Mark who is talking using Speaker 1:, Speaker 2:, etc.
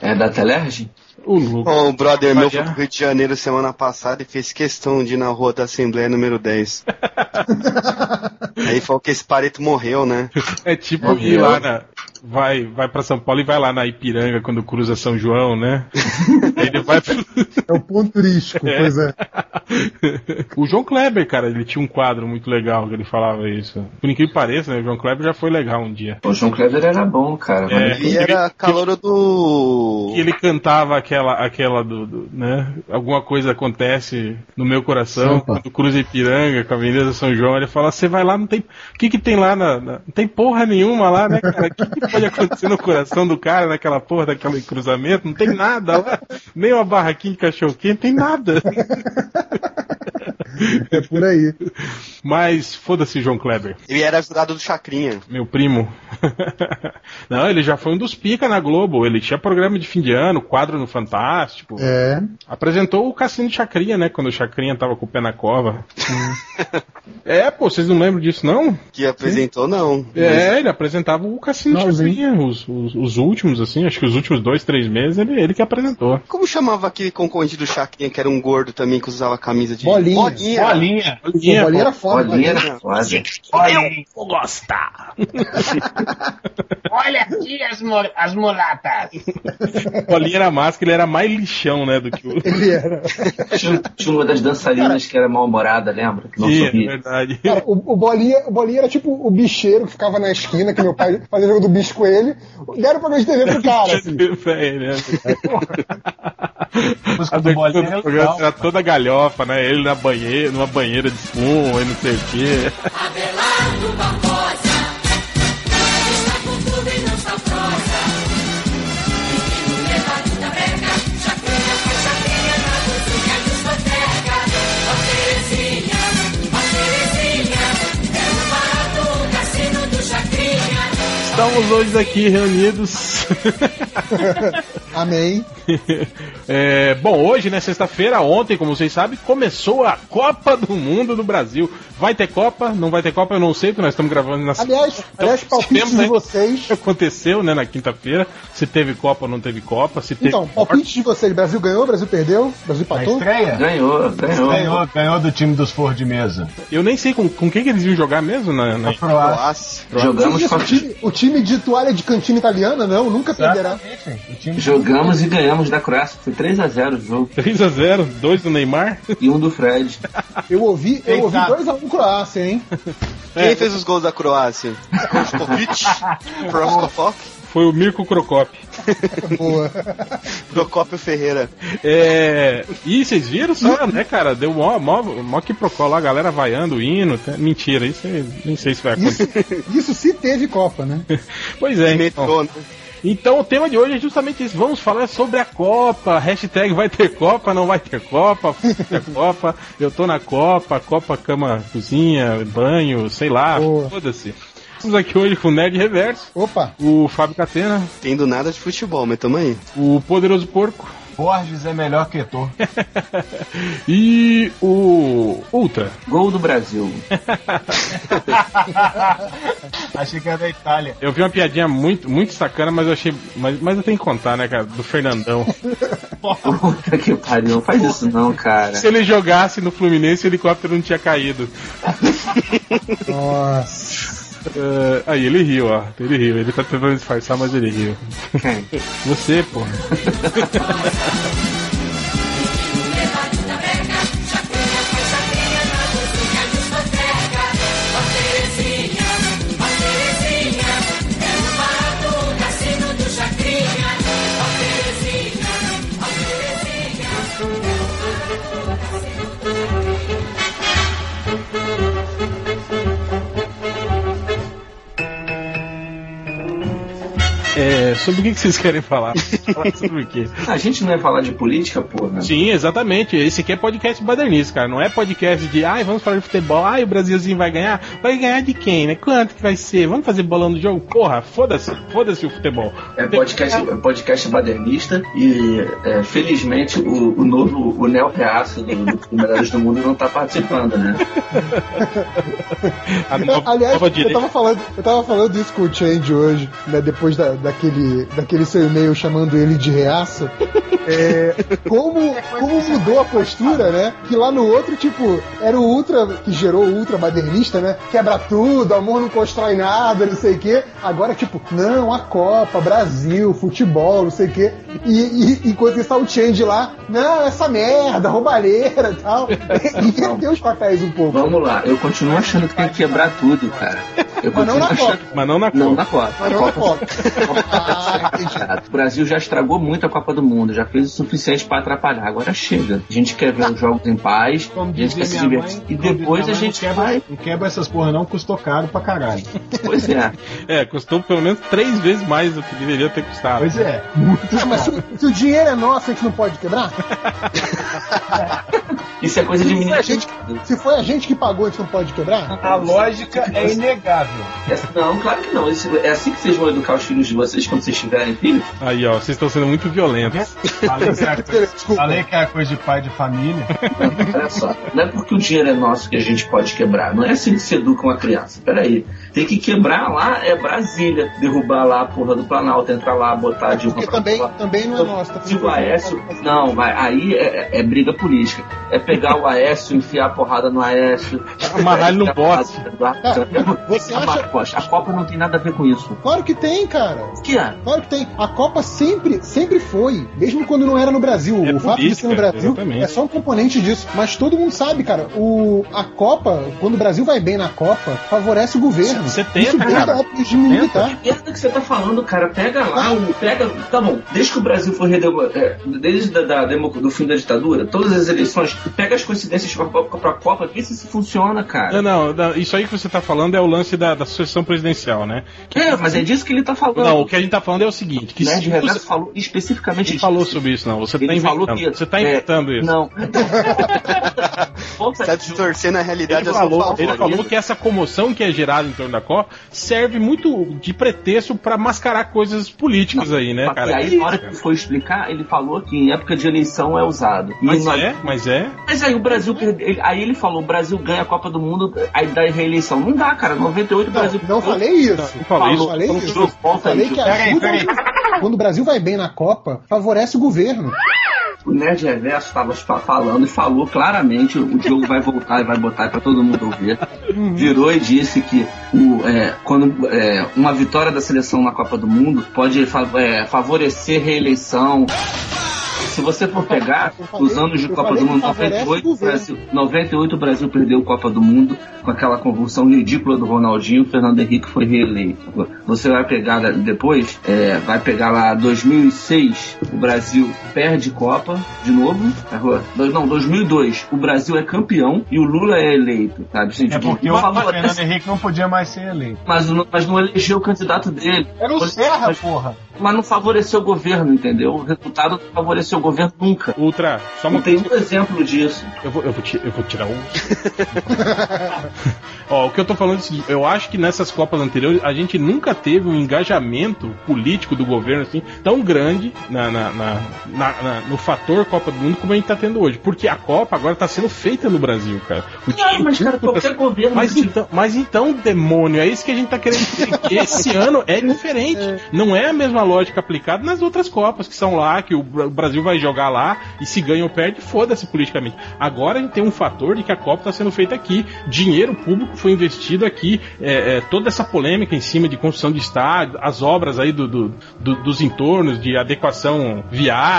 Speaker 1: É da Telerge?
Speaker 2: O Lucas.
Speaker 3: Um brother meu foi
Speaker 2: Pode
Speaker 3: pro
Speaker 2: ir.
Speaker 3: Rio de Janeiro semana passada e fez questão de ir na rua da Assembleia número 10. Aí falou que esse Pareto morreu, né?
Speaker 2: É tipo
Speaker 1: Morreu.
Speaker 2: ir lá na. Vai, vai pra São Paulo e vai lá na Ipiranga quando cruza São João, né? ele vai pro...
Speaker 4: É o ponto turístico, pois é.
Speaker 2: O João Kleber, cara, ele tinha um quadro muito legal que ele falava isso. Por incrível que pareça, né? O João Kleber já foi legal um dia.
Speaker 1: O João Kleber era bom, cara.
Speaker 2: É.
Speaker 1: mas-
Speaker 3: Ele era calouro do.
Speaker 2: E ele cantava aquela, aquela do, do- né? Alguma coisa acontece no meu coração,
Speaker 5: Sampa.
Speaker 2: quando cruza Ipiranga com a Avenida São João, ele fala, você vai lá, não tem. O que que tem lá na, na- Não tem porra nenhuma lá, né, cara? O que, que pode acontecer no coração do cara, naquela porra, daquele cruzamento? Não tem nada lá. Nem uma barraquinha de cachorro quente, tem nada.
Speaker 4: É por aí.
Speaker 2: Mas foda-se, João Kleber.
Speaker 3: Ele era jurado do Chacrinha.
Speaker 2: Meu primo. Não, ele já foi um dos pica na Globo. Ele tinha programa de fim de ano, quadro no Fantástico.
Speaker 4: É.
Speaker 2: Apresentou o Cassino de Chacrinha, né? Quando o Chacrinha tava com o pé na cova. é, pô, vocês não lembram disso, não?
Speaker 3: Que apresentou, não.
Speaker 2: É, ele apresentava o Cassino de
Speaker 4: Finalzinho.
Speaker 2: Chacrinha. Os, os- os últimos, assim, acho que os últimos dois, três meses, ele, ele que apresentou.
Speaker 3: Mas Como chamava aquele concorrente do Chacrinha, que era um gordo também, que usava camisa de.
Speaker 4: Bolinha.
Speaker 3: Bolinha.
Speaker 5: Bolinha.
Speaker 4: O bolinha era foda.
Speaker 1: Bolinha
Speaker 4: né?
Speaker 1: era foda.
Speaker 2: vou gostar.
Speaker 6: Olha aqui as, mo- as mulatas.
Speaker 2: Bolinha era máscara, ele era mais lixão, né? Do que o.
Speaker 4: Ele era.
Speaker 1: Tinha, tinha uma das dançarinas que era mal-humorada, lembra? Que não
Speaker 2: Sim, é
Speaker 1: sorria.
Speaker 2: verdade.
Speaker 7: Cara, o, o bolinha, o bolinha era tipo o bicheiro que ficava na esquina, que meu pai fazia jogo do bicho com ele. Deram pra de TV pro cara, assim.
Speaker 2: Pra ele, né?
Speaker 5: música do Bolinha
Speaker 2: Todo
Speaker 5: é
Speaker 2: programa
Speaker 5: legal.
Speaker 2: era toda galhofa, né? Ele na banheira, numa banheira de espuma e não sei o quê.
Speaker 8: Abelardo Barbosa, nós está com tudo e não safrosa. Menino levado da breca, chacrinha faz chacrinha na cozinha discoteca. Ó Terezinha, ó Terezinha, é o barato o cassino do chacrinha.
Speaker 2: Estamos hoje aqui reunidos.
Speaker 4: Amém.
Speaker 2: É, bom, hoje, né, sexta-feira, ontem, como vocês sabem, começou a Copa do Mundo do Brasil. Vai ter Copa? Não vai ter Copa? Eu não sei, porque nós estamos gravando na
Speaker 7: Aliás,
Speaker 5: Então,
Speaker 7: aliás palpites
Speaker 2: temos, né?
Speaker 7: de vocês.
Speaker 2: Aconteceu, né, na quinta-feira. Se teve Copa ou não teve Copa. Se teve...
Speaker 4: Então, palpite de vocês. Brasil ganhou, Brasil perdeu, Brasil
Speaker 5: Na
Speaker 4: empatou.
Speaker 2: É.
Speaker 5: estreia?
Speaker 1: Ganhou, ganhou.
Speaker 5: Ganhou, ganhou do time dos Flor de Mesa.
Speaker 2: Eu nem sei com, com quem que eles iam jogar mesmo, né?
Speaker 5: Na
Speaker 2: na-
Speaker 5: Croácia.
Speaker 3: Nossa.
Speaker 1: Jogamos,
Speaker 4: Isso, o,
Speaker 1: contra-
Speaker 4: time, o time de toalha de cantina italiana, não, nunca perderá.
Speaker 5: Exatamente. O time
Speaker 1: Jogamos e ganhamos da Croácia. Foi 3x0 o jogo.
Speaker 2: 3 a 0 2 do Neymar.
Speaker 1: E um do Fred.
Speaker 4: Eu ouvi, eu ouvi
Speaker 5: Eita.
Speaker 4: 2x1 Croácia, hein?
Speaker 3: Quem
Speaker 2: É.
Speaker 3: fez os gols da Croácia? Kovic? Proskopop?
Speaker 2: Foi o Mirko Crocop.
Speaker 4: Boa.
Speaker 3: Procópio Ferreira.
Speaker 2: É. E vocês viram só, né, cara? Deu mó, mó, mó que lá, a galera vaiando o hino. tá? Mentira, isso aí, nem sei se vai
Speaker 4: Isso,
Speaker 2: acontecer.
Speaker 4: isso se teve Copa, né?
Speaker 2: Pois é, então.
Speaker 3: Metrô, né?
Speaker 2: Então o tema de hoje é justamente isso. Vamos falar sobre a Copa. Hashtag vai ter Copa, não vai ter Copa, vai ter Copa, eu tô na Copa, Copa, cama, cozinha, banho, sei lá,
Speaker 4: Boa.
Speaker 2: foda-se. Estamos aqui hoje com o Nerd Reverso,
Speaker 4: Opa,
Speaker 2: o Fábio Catena,
Speaker 3: Tendo nada de futebol, mas tamo aí.
Speaker 2: o Poderoso Porco
Speaker 5: Borges é melhor que Etor.
Speaker 2: e o Ultra.
Speaker 1: Gol do Brasil.
Speaker 5: Achei que era da Itália.
Speaker 2: Eu vi uma piadinha muito, muito sacana, mas eu achei. Mas, mas eu tenho que contar, né, cara? Do Fernandão.
Speaker 1: Puta que pariu. Não faz isso não, cara.
Speaker 2: Se ele jogasse no Fluminense, o helicóptero não tinha caído.
Speaker 4: nossa.
Speaker 2: Eh, aí ele riu, ó. Ele riu. Ele tá tentando disfarçar, mas ele riu.
Speaker 1: Quem?
Speaker 2: Você, pô.
Speaker 8: Levado da breca, chacrinha faz chacrinha na cozinha discoteca. Ó Terezinha, ó Terezinha, é o barato o cassino do chacrinha. Ó Terezinha, ó Terezinha.
Speaker 2: É, sobre o que que vocês querem falar? falar sobre o quê?
Speaker 1: A gente não ia falar de política, porra.
Speaker 2: Sim, exatamente. Esse aqui é podcast badernista, cara. Não é podcast de, ai, vamos falar de futebol, ai, o Brasilzinho vai ganhar. Vai ganhar de quem, né? Quanto que vai ser? Vamos fazer bolão do jogo? Porra, foda-se. Foda-se o futebol.
Speaker 1: É podcast, é podcast badernista e é, felizmente o, o novo, o Neo Reaço do, do Melhores do Mundo não tá participando, né?
Speaker 2: A nova,
Speaker 4: Aliás,
Speaker 2: nova
Speaker 4: eu
Speaker 2: direita.
Speaker 4: tava, falando, eu tava falando isso com o Change hoje, né? Depois da, daquele
Speaker 7: daquele, daquele seu e-mail chamando ele de reaça, é, como, como mudou a postura, né? Que lá no outro, tipo, era o ultra, que gerou o ultra modernista, né? Quebra tudo, amor não constrói nada, não sei o quê. Agora, tipo, não, a Copa, Brasil, futebol, não sei o quê. E, e enquanto está o Change lá, não, essa merda, roubalheira e tal. E perdeu os papéis um pouco.
Speaker 1: Vamos lá, eu continuo achando que tem que quebrar tudo, cara. Eu
Speaker 7: Mas
Speaker 1: continuo
Speaker 7: não na
Speaker 1: achando.
Speaker 7: Copa.
Speaker 2: Mas não na
Speaker 1: Não,
Speaker 2: Copa.
Speaker 1: na Copa.
Speaker 7: Mas não na Copa. Ah,
Speaker 1: Chato. O Brasil já estragou muito a Copa do Mundo, já fez o suficiente pra atrapalhar. Agora chega. A gente quer ver os jogos em paz,
Speaker 5: Como
Speaker 1: a gente quer
Speaker 5: dizia
Speaker 1: se
Speaker 5: Então, minha
Speaker 1: divertir.
Speaker 5: mãe,
Speaker 1: e
Speaker 5: como dizia
Speaker 1: depois a
Speaker 5: minha mãe,
Speaker 1: gente
Speaker 5: não
Speaker 1: vai.
Speaker 5: quebra, não quebra essas porra não, custou caro pra caralho.
Speaker 1: Pois é.
Speaker 2: É, custou pelo menos três vezes mais do que deveria ter custado.
Speaker 5: Pois é, muito
Speaker 7: Ah, mas
Speaker 5: caro.
Speaker 7: se, se o dinheiro é nosso, a gente não pode quebrar?
Speaker 1: Isso é coisa de menino.
Speaker 7: Se, a gente, se foi a gente que pagou, a gente não pode quebrar?
Speaker 5: A lógica é inegável.
Speaker 1: Essa- Não, claro que não. Isso- é assim que vocês vão educar os filhos de vocês quando vocês tiverem filhos.
Speaker 2: Aí, ó, vocês estão sendo muito violentos.
Speaker 5: Falei que, era coisa, falei que era coisa de pai de família.
Speaker 1: Olha só, não é porque o dinheiro é nosso que a gente pode quebrar. Não é assim que se educa uma criança. Peraí, tem que quebrar lá, é Brasília. Derrubar lá a porra do Planalto, entrar lá, botar de
Speaker 7: Porque também, também não é nosso. tá?
Speaker 1: Se o Aécio. Não, vai, aí é, é briga política. É pegar o Aécio, enfiar a porrada no Aécio.
Speaker 2: Amarrar ele no bote.
Speaker 7: Você acha-
Speaker 1: A Copa não tem nada a ver com isso.
Speaker 7: Claro que tem, cara.
Speaker 1: O que é?
Speaker 7: Claro que tem. A Copa sempre, sempre foi, mesmo quando não era no Brasil.
Speaker 2: É
Speaker 7: o fato de ser
Speaker 2: política,
Speaker 7: no Brasil
Speaker 2: exatamente.
Speaker 7: é só um componente disso. Mas todo mundo sabe, cara, o, a Copa, quando o Brasil vai bem na Copa, favorece o governo.
Speaker 2: Você tenta,
Speaker 7: Isso desde
Speaker 2: cara.
Speaker 7: a época de militar.
Speaker 1: merda que você tá falando, cara. Pega lá, o- pega. Tá bom, desde que o Brasil foi redemo, é, desde da, da demo- do fim da ditadura, todas as eleições, pega as coincidências pra, pra, pra Copa, vê se isso funciona, cara.
Speaker 2: Não, não, não, isso aí que você tá falando é o lance da, da sucessão presidencial, né?
Speaker 1: É, mas é disso que ele tá falando. Né?
Speaker 2: Não, o que a gente tá falando é o seguinte: que
Speaker 1: o Nerd
Speaker 2: se
Speaker 1: Reverso
Speaker 2: você
Speaker 1: falou especificamente
Speaker 2: não
Speaker 1: disso.
Speaker 2: falou sobre isso, não. Você tá
Speaker 1: Ele falou
Speaker 2: inventando.
Speaker 1: que.
Speaker 2: Você tá
Speaker 1: é,
Speaker 2: inventando isso.
Speaker 1: Não. Volta
Speaker 3: Tá
Speaker 1: de-
Speaker 3: distorcendo a realidade
Speaker 2: Ele
Speaker 3: um a seu
Speaker 2: falou,
Speaker 3: favor.
Speaker 2: ele falou que essa comoção que é gerada em torno da Copa serve muito de pretexto pra mascarar coisas políticas aí, né,
Speaker 1: Só que
Speaker 2: cara?
Speaker 1: aí, na hora que foi explicar, ele falou que em época de eleição é usado. E
Speaker 2: Mas
Speaker 1: nós-
Speaker 2: é, mas é.
Speaker 1: Mas aí o Brasil perdeu. ele- Aí ele falou: o Brasil ganha a Copa do Mundo, aí dá reeleição. Não dá, cara. 98 o Brasil.
Speaker 7: Não falei isso.
Speaker 2: Não falei isso.
Speaker 7: falei
Speaker 1: Falou-
Speaker 7: isso.
Speaker 1: Ju, volta aí,
Speaker 7: Falei
Speaker 1: Ju.
Speaker 7: que
Speaker 5: Peraí,
Speaker 7: ajuda.
Speaker 5: peraí.
Speaker 7: Quando o Brasil vai bem na Copa, favorece o governo.
Speaker 1: O Nerd Reverso estava falando e falou claramente: o jogo vai voltar e vai botar para todo mundo ouvir.
Speaker 7: Uhum.
Speaker 1: Virou e disse que o, é, quando, é, uma vitória da seleção na Copa do Mundo pode fa- é, favorecer reeleição. Se você for pegar
Speaker 7: Eu falei-
Speaker 1: os anos de
Speaker 7: eu
Speaker 1: Copa
Speaker 7: falei
Speaker 1: do
Speaker 7: que
Speaker 1: Mundo,
Speaker 7: favorece
Speaker 1: 98 o,
Speaker 7: o governo.
Speaker 1: Brasil, 98 o Brasil perdeu a Copa do Mundo com aquela convulsão ridícula do Ronaldinho, o Fernando Henrique foi reeleito. Você vai pegar da- depois, é, vai pegar lá 2006, o Brasil perde Copa de novo, agora, dois- não, 2002, o Brasil é campeão e o Lula é eleito, sabe? Assim,
Speaker 5: É né?
Speaker 1: tipo,
Speaker 5: porque
Speaker 1: não
Speaker 5: o
Speaker 1: falou
Speaker 5: Fernando
Speaker 1: dessa-
Speaker 5: Henrique não podia mais ser eleito.
Speaker 1: mas, não- mas não elegeu o candidato dele.
Speaker 5: Era o
Speaker 1: Mas-
Speaker 5: Serra,
Speaker 1: mas-
Speaker 5: porra.
Speaker 1: Mas não favoreceu o governo, entendeu? O resultado não favoreceu o governo nunca.
Speaker 2: Ultra, só
Speaker 1: Não
Speaker 2: uma
Speaker 1: tem
Speaker 2: coisa.
Speaker 1: um exemplo disso.
Speaker 2: Eu vou, eu vou, ti- eu vou tirar um. Ó, o que eu tô falando é o seguinte, eu acho que nessas Copas anteriores a gente nunca teve um engajamento político do governo assim tão grande na, na- na- na- na- no fator Copa do Mundo como a gente tá tendo hoje. Porque a Copa agora tá sendo feita no Brasil, cara. O tipo
Speaker 1: Claro, mas cara, qualquer governo
Speaker 2: Mas
Speaker 1: que
Speaker 2: então, mas então, demônio, é isso que a gente tá querendo dizer. que Esse ano é diferente. Não é a mesma lógica aplicada nas outras Copas, que são lá, que o Bra- o Brasil vai jogar lá, e se ganha ou perde, foda-se politicamente. Agora a gente tem um fator de que a Copa tá sendo feita aqui. Dinheiro público foi investido aqui. é, é, toda essa polêmica em cima de construção de estádio, as obras aí do, do- do- dos entornos, de adequação viária